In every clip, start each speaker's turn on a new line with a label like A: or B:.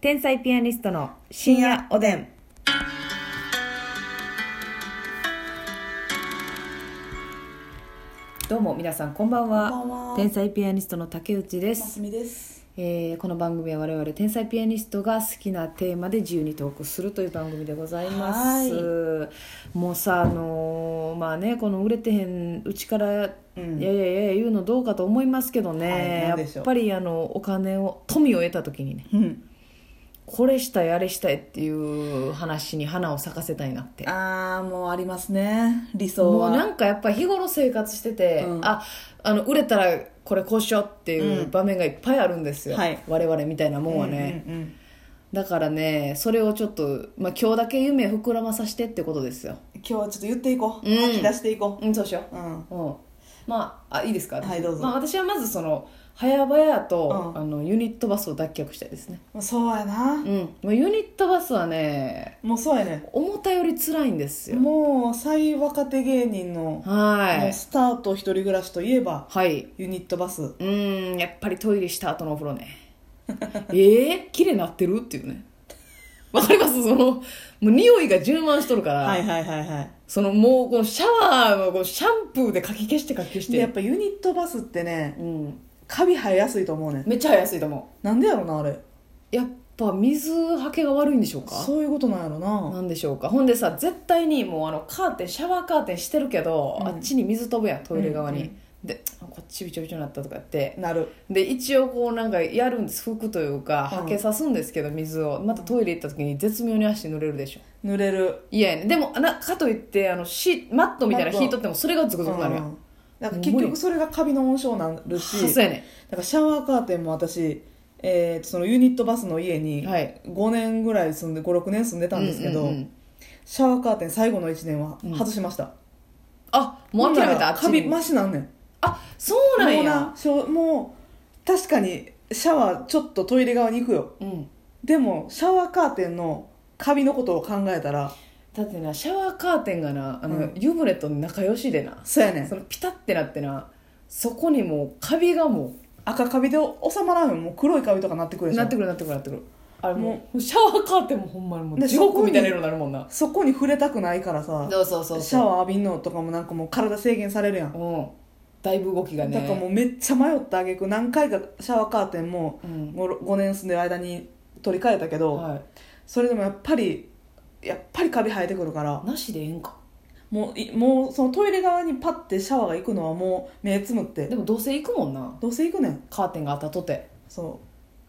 A: 天才ピアニストの深夜おでん。どうも皆さんこんばんは。
B: こんばんは
A: 天才ピアニストの竹内で
B: ます
A: す。
B: みです。
A: えーこの番組は我々天才ピアニストが好きなテーマで自由にトークするという番組でございます。もうさあのーまあねこの売れてへんうちから
B: うん
A: いやいやいや言うのどうかと思いますけどね、
B: はいなんでしょう
A: やっぱりあのお金を富を得た時にね
B: うん。
A: これしたいあれしたいっていう話に花を咲かせたいなって
B: ああ、もうありますね。理想
A: も
B: は。
A: うなんかやっぱ日頃生活してて、
B: うん
A: ああの売れたらこれこうしようっていううん場面がいっぱいあるんですよ、
B: はい
A: 我々みたいなもんはね、
B: うんうんうん
A: だからねそれをちょっと、まあ、今日だけ夢膨らまさせてってことですよ
B: 今日はちょっと言っていこう。
A: うん
B: 吐き出していこ
A: うんそうしよ
B: う。うん。
A: ううんまああいいですか
B: はいどうぞ
A: まあ、私はまずその早々と、
B: うん
A: あのユニットバスを脱却したいですね
B: もうそうやな。
A: うん、まあユニットバスはね
B: もうそうやね。
A: 思ったより辛いんですよ
B: もう最若手芸人の、
A: は
B: もう
A: い
B: スタート一人暮らしといえば、
A: はい
B: ユニットバス。
A: うーんやっぱりトイレした後のお風呂ね ええ綺麗なってるっていうねわかりますそのもう匂いが充満しとるから、
B: はいはいはいはい。
A: そのもうこのシャワーのこうシャンプーでかき消してかき消し
B: で、やってぱユニットバスってね
A: う、ん
B: カビ生えやすいと思うねん。
A: めっちゃ早すいと思
B: なんでやろな、あれ。
A: うやっぱ水はけが悪いんでしょうか
B: そういうことなんやろな。
A: なんでしょうかほんでさ絶対にもうあのカーテンシャワーカーテンしてるけど、
B: うん
A: あっちに水飛ぶやんトイレ側に、
B: うんうん
A: であこっちびちょびちょになったとかやって
B: なる。
A: で一応こうなんかやるんです拭くというか
B: うん
A: はけさすんですけど水をまたトイレ行った時に絶妙に足濡れるでしょ
B: 濡れる。
A: 嫌やねでもなかといってあのシマットみたいな
B: マ
A: の
B: ット
A: 引いとってもそれがズクズクなるや
B: うんんだから結局それがカビの温床になるし
A: はそうやね
B: だからシャワーカーテンも私、えーとそのユニットバスの家に
A: はい
B: 5年ぐらい住んで56年住んでたんですけ
A: う
B: ど、
A: うんうん
B: シャワーカーテン最後の1年は
A: うん
B: 外しました、
A: あもう諦め
B: ほんな
A: たあ
B: ら
A: っち
B: カビ
A: に
B: マシなんねん
A: あそうなん
B: もう
A: や
B: しょもう確かにシャワーちょっとトイレ側に行くよ
A: うん
B: でもシャワーカーテンのカビのことを考えたら
A: だってなシャワーカーテンがなあの、
B: うん
A: 湯船と仲良しでな
B: そうやねん
A: そのピタってなってなそこにもうカビがも
B: 赤カビで収まらんよもう黒いカビとかなってく
A: う
B: るでしょ
A: なってくるなってくるなってくるあれも
B: も
A: うシャワーカーテンもほんまにもう
B: で
A: 地獄みたいな色になるもんな
B: そこに触れたくないからさ
A: そうそうそう
B: シャワー浴びんのとかもなんかもう体制限されるやん、
A: うんだいぶ動きがね
B: だからもうめっちゃ迷ったあげく何回かシャワーカーテンも
A: うん、
B: 5, 5年住んでる間に取り替えたけど、
A: は
B: それでもやっぱりやっぱりカビ生えてくるから
A: いなしでええんか
B: もういもうそのトイレ側にパッてシャワーが行くのはもう目つむって
A: でもどうせ行くもんな
B: どうせ行くねん
A: カーテンがあったとて
B: そ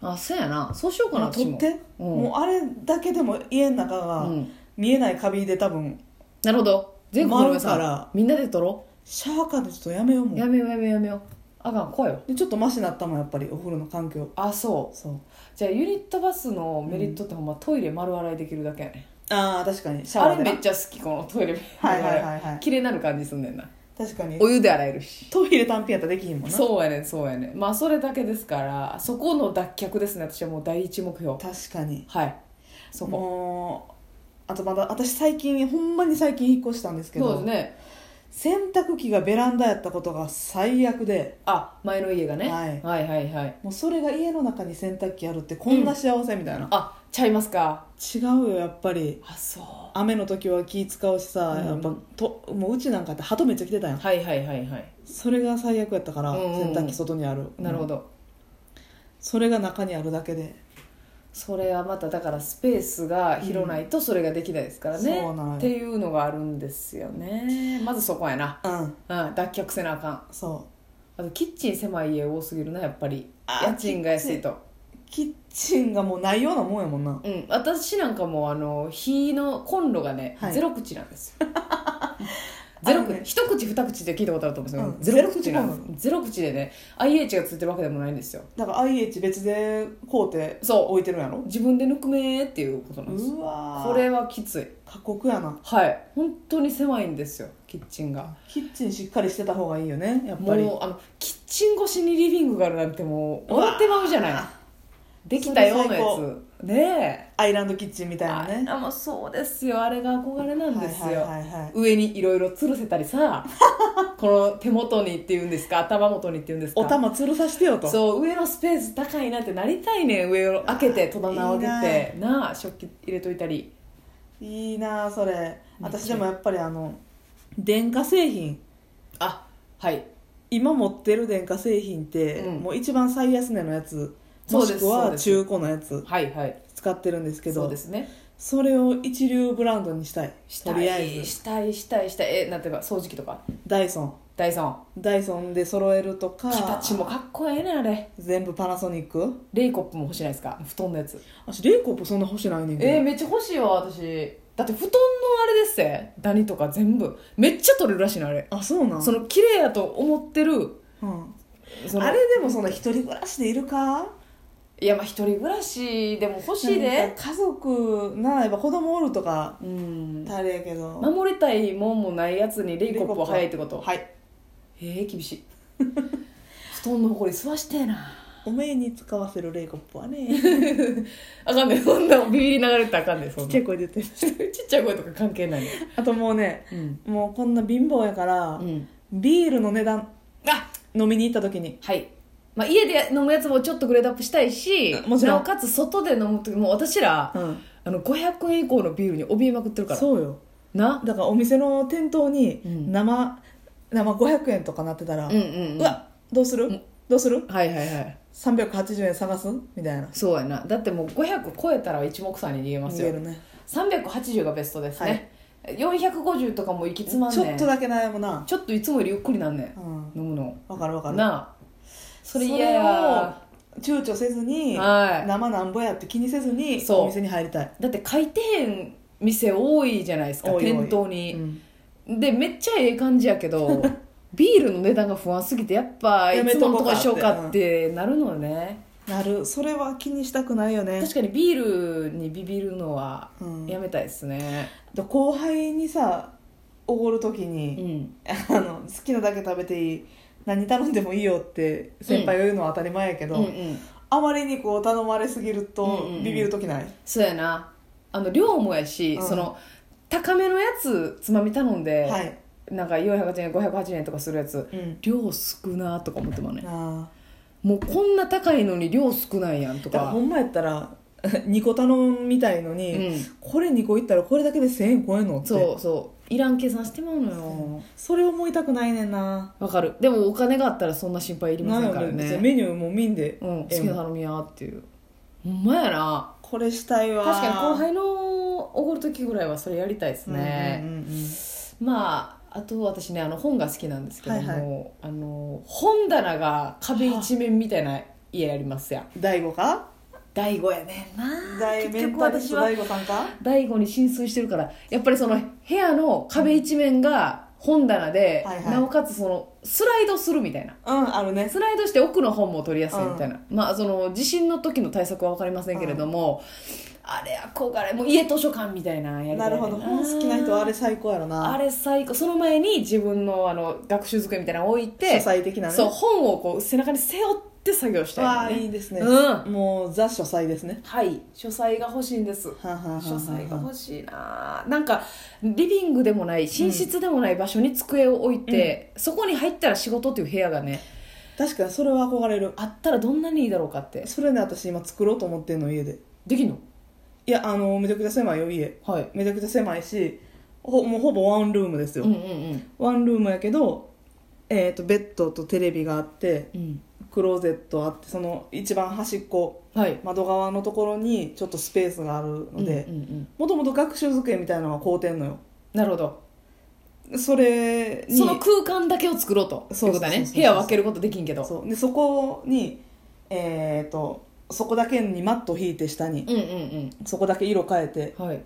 A: あそうやなそうしよう
B: う
A: かな私
B: 取
A: も
B: って、
A: うん
B: もうあれだけでも家の中
A: う
B: が
A: ん、
B: 見えないカビで多分
A: なるほど全国の皆
B: 回るか
A: さ
B: ら
A: んみんなで撮ろ
B: シャワーカーテンちょっとやめよう
A: う、
B: も
A: や
B: う
A: めようやめようやめようあかん怖いよ
B: でちょっとマシになったもんやっぱりお風呂の環境
A: あそう
B: そう
A: じゃあユニットバスのメリットってほんまトイレ丸洗いできるだけやね、
B: ああ確かにシャ
A: あ
B: ワー
A: れ
B: で
A: めっちゃ好きこのトイレ
B: はいはいはいは い
A: 綺麗なる感じすんねんな
B: 確かに
A: お湯で洗えるし
B: トイレ単品やったらできひんもんな
A: そうやねんそうやねんまあそれだけですからそこの脱却ですね私はもう第一目標
B: 確かに
A: はいそこ
B: もうあとまだ私最近ほんまに最近引っ越したんですけ
A: そうで
B: ど、
A: すね
B: 洗濯機がベランダやったことが最悪で
A: あ前の家がね、
B: はい
A: はいはいはい
B: もうそれが家の中に洗濯機あるってこんな幸せみたいな、
A: あちゃいますか
B: 違うよやっぱり
A: あそう
B: 雨の時は気使うしさ、
A: うん
B: やっぱともううちなんかって鳩めっちゃ来てたやん
A: はいはいはいはい
B: それが最悪やったから、
A: うんうんうん
B: 洗濯機外にある
A: なるほ
B: うん
A: ど、
B: それが中にあるだけで
A: それはまただからスペースが広ないとそれができないですからね、
B: うんそうなんよ
A: っていうのがあるんですよねまずそこやな、
B: うん
A: うん、脱却せなあかん
B: そう
A: あとキッチン狭い家多すぎるなやっぱり
B: あ
A: 家賃が安いと
B: キッチンがもうないようなもんやもんな
A: うん私なんかもうあの火のコンロがね、
B: はい
A: ゼロ口なんです よゼロ
B: あ
A: 口、
B: のね
A: 一口二口で聞いたことあると思うん
B: うん
A: ですけど、ゼロ口なん
B: ゼロ口
A: ゼロ口でね IH がついてるわけでもないんですよ
B: だから IH 別で買うて
A: そう
B: 置いてるんやろ
A: 自分で抜くめーっていうことなんですよ
B: うわー
A: これはきつい
B: 過酷やな
A: はい本当に狭いんですよキッチンが
B: キッチンしっかりしてた方がいいよねやっ
A: も
B: ぱり
A: うあのキッチン越しにリビングがあるなんてもう
B: うわー
A: 笑ってまうじゃないできたよの
B: それ最
A: や
B: 高
A: つね
B: アイランドキッチンみた
A: え
B: いなね
A: あもうそうですよあれが憧れなんですよ、
B: はいはいはいはい
A: 上にいろいろ吊るせたり さこの手元にっていうんですか頭元にっていうんですか
B: お玉つるさしてよと
A: そう上のスペース高いなってなりたいねん上を開けて戸棚を開けてなあ食器入れといたり
B: いいなあそれ
A: めっちゃ
B: 私でもやっぱりあの電化製品
A: あはい
B: 今持ってる電化製品って、
A: うん
B: もう一番最安値のやつ
A: そ
B: も
A: うです
B: しく
A: そう
B: は
A: です
B: 中古のやつ
A: はいはい
B: 使ってるんですけ
A: そう
B: ど
A: ですね
B: それを一流ブランドにしたい
A: した
B: とりあえ
A: い
B: ず
A: したいしたいしたいえなんていうか掃除機とか
B: ダイソン
A: ダイソン
B: ダイソンで揃えるとか
A: 形もかっこええねあれ
B: 全部パナソニック
A: レイコップも欲しないですか布団のやつ
B: 私レイコップそんな欲しないねんけど、
A: えー、めっちゃ欲しいわ私だって布団のあれですってダニとか全部めっちゃ取れるらしいのあれ
B: あそうなん
A: その綺麗やと思ってる
B: うん
A: その
B: あれでもそんな一人暮らしでいるか
A: いやまあ一人暮らしでも欲しい
B: なん
A: で
B: か家族ならやっぱ子供おるとか
A: うん
B: あれやけど
A: 守りたいもんもないやつにレイコップは早いってこと
B: はい
A: ええ厳しい 布団のほこり吸わしてえな
B: おめえに使わせるレイコップはね
A: あかんねそんなビビりながら言ったらあかんねそん
B: ちっ
A: な
B: ちゃい声出てる
A: ちっちゃい声と か関係ないね
B: あともうね
A: うん、
B: もうこんな貧乏やから、
A: うん、
B: ビールの値段
A: あ
B: 飲みに行った時に
A: はい、まあ、家で飲むやつもちょっとグレードアップしたいし
B: もちろん
A: なおかつ外で飲む時もう私ら、
B: ん
A: あの500円以降のビールに怯えまくってるから
B: そうよ
A: な
B: だからお店の店頭に
A: うん
B: 生,、生500円とかなってたら、
A: うんうん、うん、
B: うわどうする、
A: ん
B: どうする
A: はいはいはい
B: 380円探すみたいな
A: そうやなだってもう500超えたら一目散に逃げます
B: 見え
A: よ
B: るね
A: 380がベストですね、450とかも行き
B: ち
A: つまんね
B: ょっ
A: ん
B: とだけ悩むな
A: ちょっといつもよりゆっくりなんねん
B: うん
A: 飲むの
B: わかるわかる
A: なあそれ嫌や
B: それを躊躇せずに
A: はい
B: 生なんぼやって気にせずに
A: そう
B: お店に入りたい
A: だって書いてへん店多いじゃないですか
B: おいおい
A: 店頭
B: う
A: に、
B: ん
A: でめっちゃええ感じやけ どビールの値段が不安すぎてやっぱ
B: や
A: い
B: め
A: つ
B: と
A: もの
B: ことうか
A: こ
B: って
A: にしようかってなるのよね
B: なるそれは気にしたくないよね
A: 確かにビールにビビるのは
B: うん
A: やめたいですね
B: で後輩にさおごる時
A: う
B: に、
A: ん、
B: あの好きなだけ食べていい何頼んでもいいよって先輩が言うのは当たり前やけ
A: う
B: ど、
A: んうん、
B: あまりにこう頼まれすぎると
A: うんうんうん
B: ビビる時ない、
A: そうやなあの量もやし、
B: うん
A: その高めのやつつまみ頼んで、
B: はい、
A: なんか480円580円とかするやつ
B: うん、
A: 量少なとか思ってもね
B: あ
A: もうこんな高いのに量少ないやんと
B: ーだから
A: か
B: ほんまやったら2 個頼むみたいのに、
A: うん
B: これ2個いったらこれだけで1000円超えんのって
A: そうそういらん計算してまうのよ
B: それ思いたくないねんな
A: わかるでもお金があったらそんな心配いりませんから
B: ないよ
A: ね
B: メニューも見んで、
A: うん好きな頼みやっていうほんまやな
B: これしたいわ
A: 確かに後輩のおごる時ぐらいはそれやりたいですね、
B: うんうんうんうん
A: まああと私ねあの本が好きなんですけども、
B: はい
A: あの本棚が壁一面みたいな家ありますやん
B: 大悟か
A: 大悟やねんな
B: 大メ
A: 結
B: ン
A: 局
B: タリス
A: 私
B: ト
A: は
B: 大悟さんか
A: 大悟に浸水してるからやっぱりその部屋の壁一面が本棚で、
B: はいはい
A: なおかつそのスライドするみたいな
B: うんあるね
A: スライドして奥の本も取りやすいみたいな、まあその地震の時の対策は分かりませんけれども、あれ憧れもう家図書館みたいなやりたい
B: なるほど本好きな人はあれ最高やろな
A: あ
B: れ
A: れ最高その前に自分のあの学習机みたいなの置いて、
B: 書斎的なね
A: そう本をこう背中に背負って作業したい
B: わあ
A: のね
B: いいですね、
A: う
B: もうザ書斎ですね
A: はい書斎が欲しいんです
B: はあはあはあはあ
A: 書斎が欲しいななんかリビングでもない寝室でもない場所に机を置いて、そこに入ったら仕事っていう部屋がね
B: 確かにそれは憧れる
A: あったらどんなにいいだろうかって
B: それね私今作ろうと思ってんの家で
A: できんの
B: いやあのめちゃくちゃ狭いよ家
A: はい
B: めちゃくちゃ狭いしほもうほぼワンルームですよ、
A: うんうん
B: ワンルームやけどえー、とベッドとテレビがあって
A: うんうん
B: クローゼットあってその一番端っこ
A: はい
B: 窓側のところにちょっとスペースがあるので
A: うんうんうん
B: もともと学習机みたいなのは買うてんのよ
A: なるほど
B: それに
A: その空間だけを作ろうと
B: そうそ
A: って
B: うそうそう
A: ことだね部屋を分けることできんけど
B: そうでそこにえっ、とそこだけにマットを引いて下に
A: うんうん
B: そこだけ色変えて
A: うんはい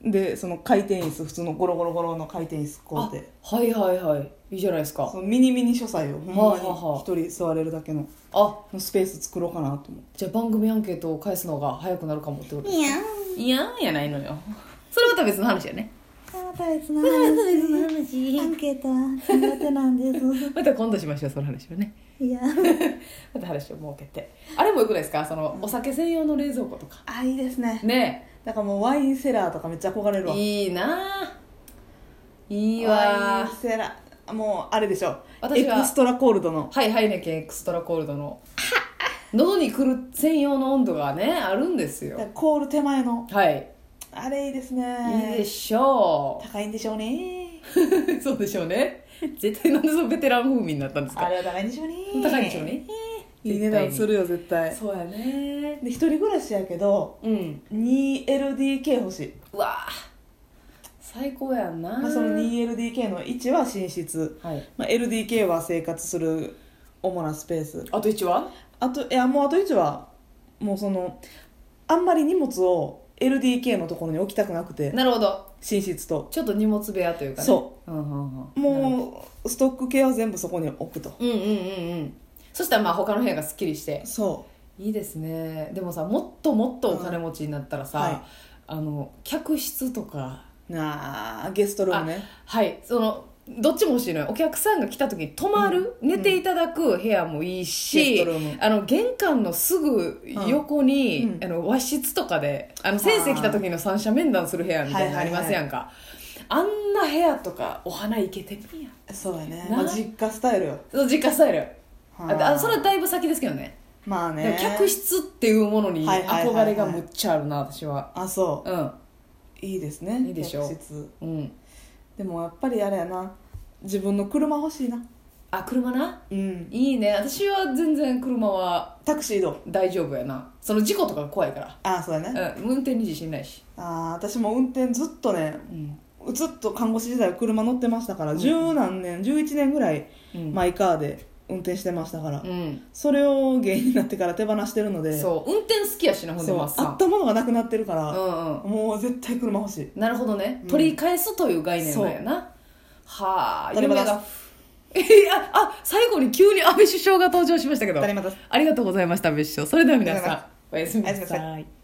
B: でその回転椅子普通のゴロゴロゴロの回転椅子こうて
A: あはいはいはいいいじゃないですか
B: そのミニミニ書斎をほんま
A: はあはあはあ
B: に一人座れるだけの
A: あ
B: のスペース作ろうかなと思って
A: じゃあ番組アンケートを返すのが早くなるかもってこと
B: いや
A: いやんやないのよそれまた別の話やね
B: また別の話アンケートは苦手なんです
A: また今度しましょうその話はね
B: いや
A: って話を設けてあれもよくないですかそのお酒専用の冷蔵庫とか
B: あいいですね
A: ね
B: だからもうワインセラーとかめっちゃ憧れるわ
A: いいなあいい
B: ワ
A: わ
B: インセラーもうあれでしょ
A: 私
B: エ
A: は
B: クストラコールドの
A: はいハイネケンエクストラコールドの喉にくる専用の温度がねあるんです
B: だから
A: よ
B: コール手前の
A: はい
B: あれいいですね
A: いいでしょ
B: 高いんでしょうね
A: う そうでしょうね絶対なんでそのベテラン風味になったんです
B: あ
A: か
B: れは高いんでしょうね
A: 高いんでしょうね
B: いい値段するよ絶対
A: そうやね
B: で一人暮らしやけど
A: うん
B: 2LDK 欲しい、
A: うわあ最高やんな、
B: まあ、その 2LDK の1は寝室、
A: はい
B: まあ、LDK は生活する主なスペース
A: あと1は
B: あといやもうあと1はもうそのあんまり荷物を LDK のところに置きたくなくて
A: なるほど
B: 寝室と
A: ちょっと荷物部屋というかね
B: そ
A: うんうんうんなるほ
B: もうストック系は全部そこに置くと
A: どうんうんうんうんそしたらまあ他の部屋がすっきりして
B: そ
A: いいですねでもさもっともっとお金持ちになったらさ、
B: うんはい
A: あの客室とか
B: うなあゲストルームね
A: はいそのどっちも欲しいのよお客さんが来た時に泊まる、
B: うん
A: 寝ていただく部屋もいいし、
B: ゲストルーム
A: あの玄関のすぐ横に、
B: うんうん
A: あの和室とかであの先生来た時の三者面談する部屋みたいなのありますやんか、あんな部屋とかお花いけてるんや
B: そうやね、
A: な
B: まあ、実家スタイルよ
A: そう実家スタイルあ
B: は
A: あそれはだいぶ先ですけどね
B: まあ
A: でも
B: ね
A: 客室っていうものに
B: はいはいはい
A: 憧
B: はい
A: れがむっちゃあるな私は
B: あそう
A: うん
B: いいですね
A: いいでしょう
B: 客室
A: うん
B: でもやっぱりあれやな自分の車欲しいな
A: あ車な
B: うん
A: いいね私は全然車は
B: タクシー移動
A: 大丈夫やなその事故とかが怖いか
B: ああそうだね、
A: ら、うん、運転に自信ないし、
B: ああ私も運転ずっとね
A: うん
B: ずっと看護師時代車乗ってましたから十、何年11年ぐらい
A: うん
B: マイカーで運転してましたから、
A: うん、
B: それを原因になってから手放してるので
A: そう運転好きやしなほんで
B: そう
A: マ
B: あ
A: ッサ
B: っ
A: ン
B: たものがなくなってるから、
A: うんうん
B: もう絶対車欲しい
A: なるほどね、
B: うん
A: 取り返すという概念だよなはあ
B: 誰
A: 夢
B: も出す
A: が えああ最後に急に安倍首相が登場しましたけど
B: 当たり前です
A: ありがとうございました別所それでは皆
B: あり
A: さ
B: が
A: んおやすみな
B: おやすみな
A: さい